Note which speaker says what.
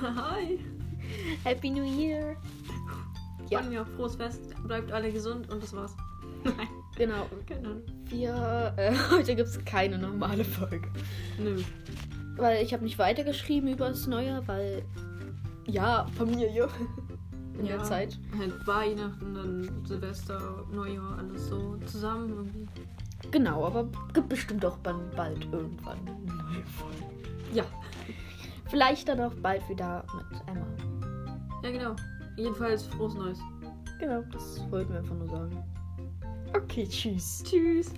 Speaker 1: Hi.
Speaker 2: Happy New Year. Ja.
Speaker 1: Ja. mir frohes Fest. Bleibt alle gesund und das war's. Nein,
Speaker 2: Genau.
Speaker 1: keine Ahnung.
Speaker 2: Wir, äh, heute gibt es keine normale Folge.
Speaker 1: Nö.
Speaker 2: Weil ich habe nicht weitergeschrieben über das Neue, weil ja, Familie in
Speaker 1: Ja.
Speaker 2: der Zeit.
Speaker 1: Halt Weihnachten, dann Silvester, Neujahr, alles so zusammen irgendwie.
Speaker 2: Genau, aber gibt bestimmt auch bald, bald irgendwann eine neue Folge.
Speaker 1: Ja.
Speaker 2: Vielleicht dann auch bald wieder mit Emma.
Speaker 1: Ja, genau. Jedenfalls frohes Neues.
Speaker 2: Genau, das wollten wir einfach nur sagen. Okay, tschüss.
Speaker 1: Tschüss.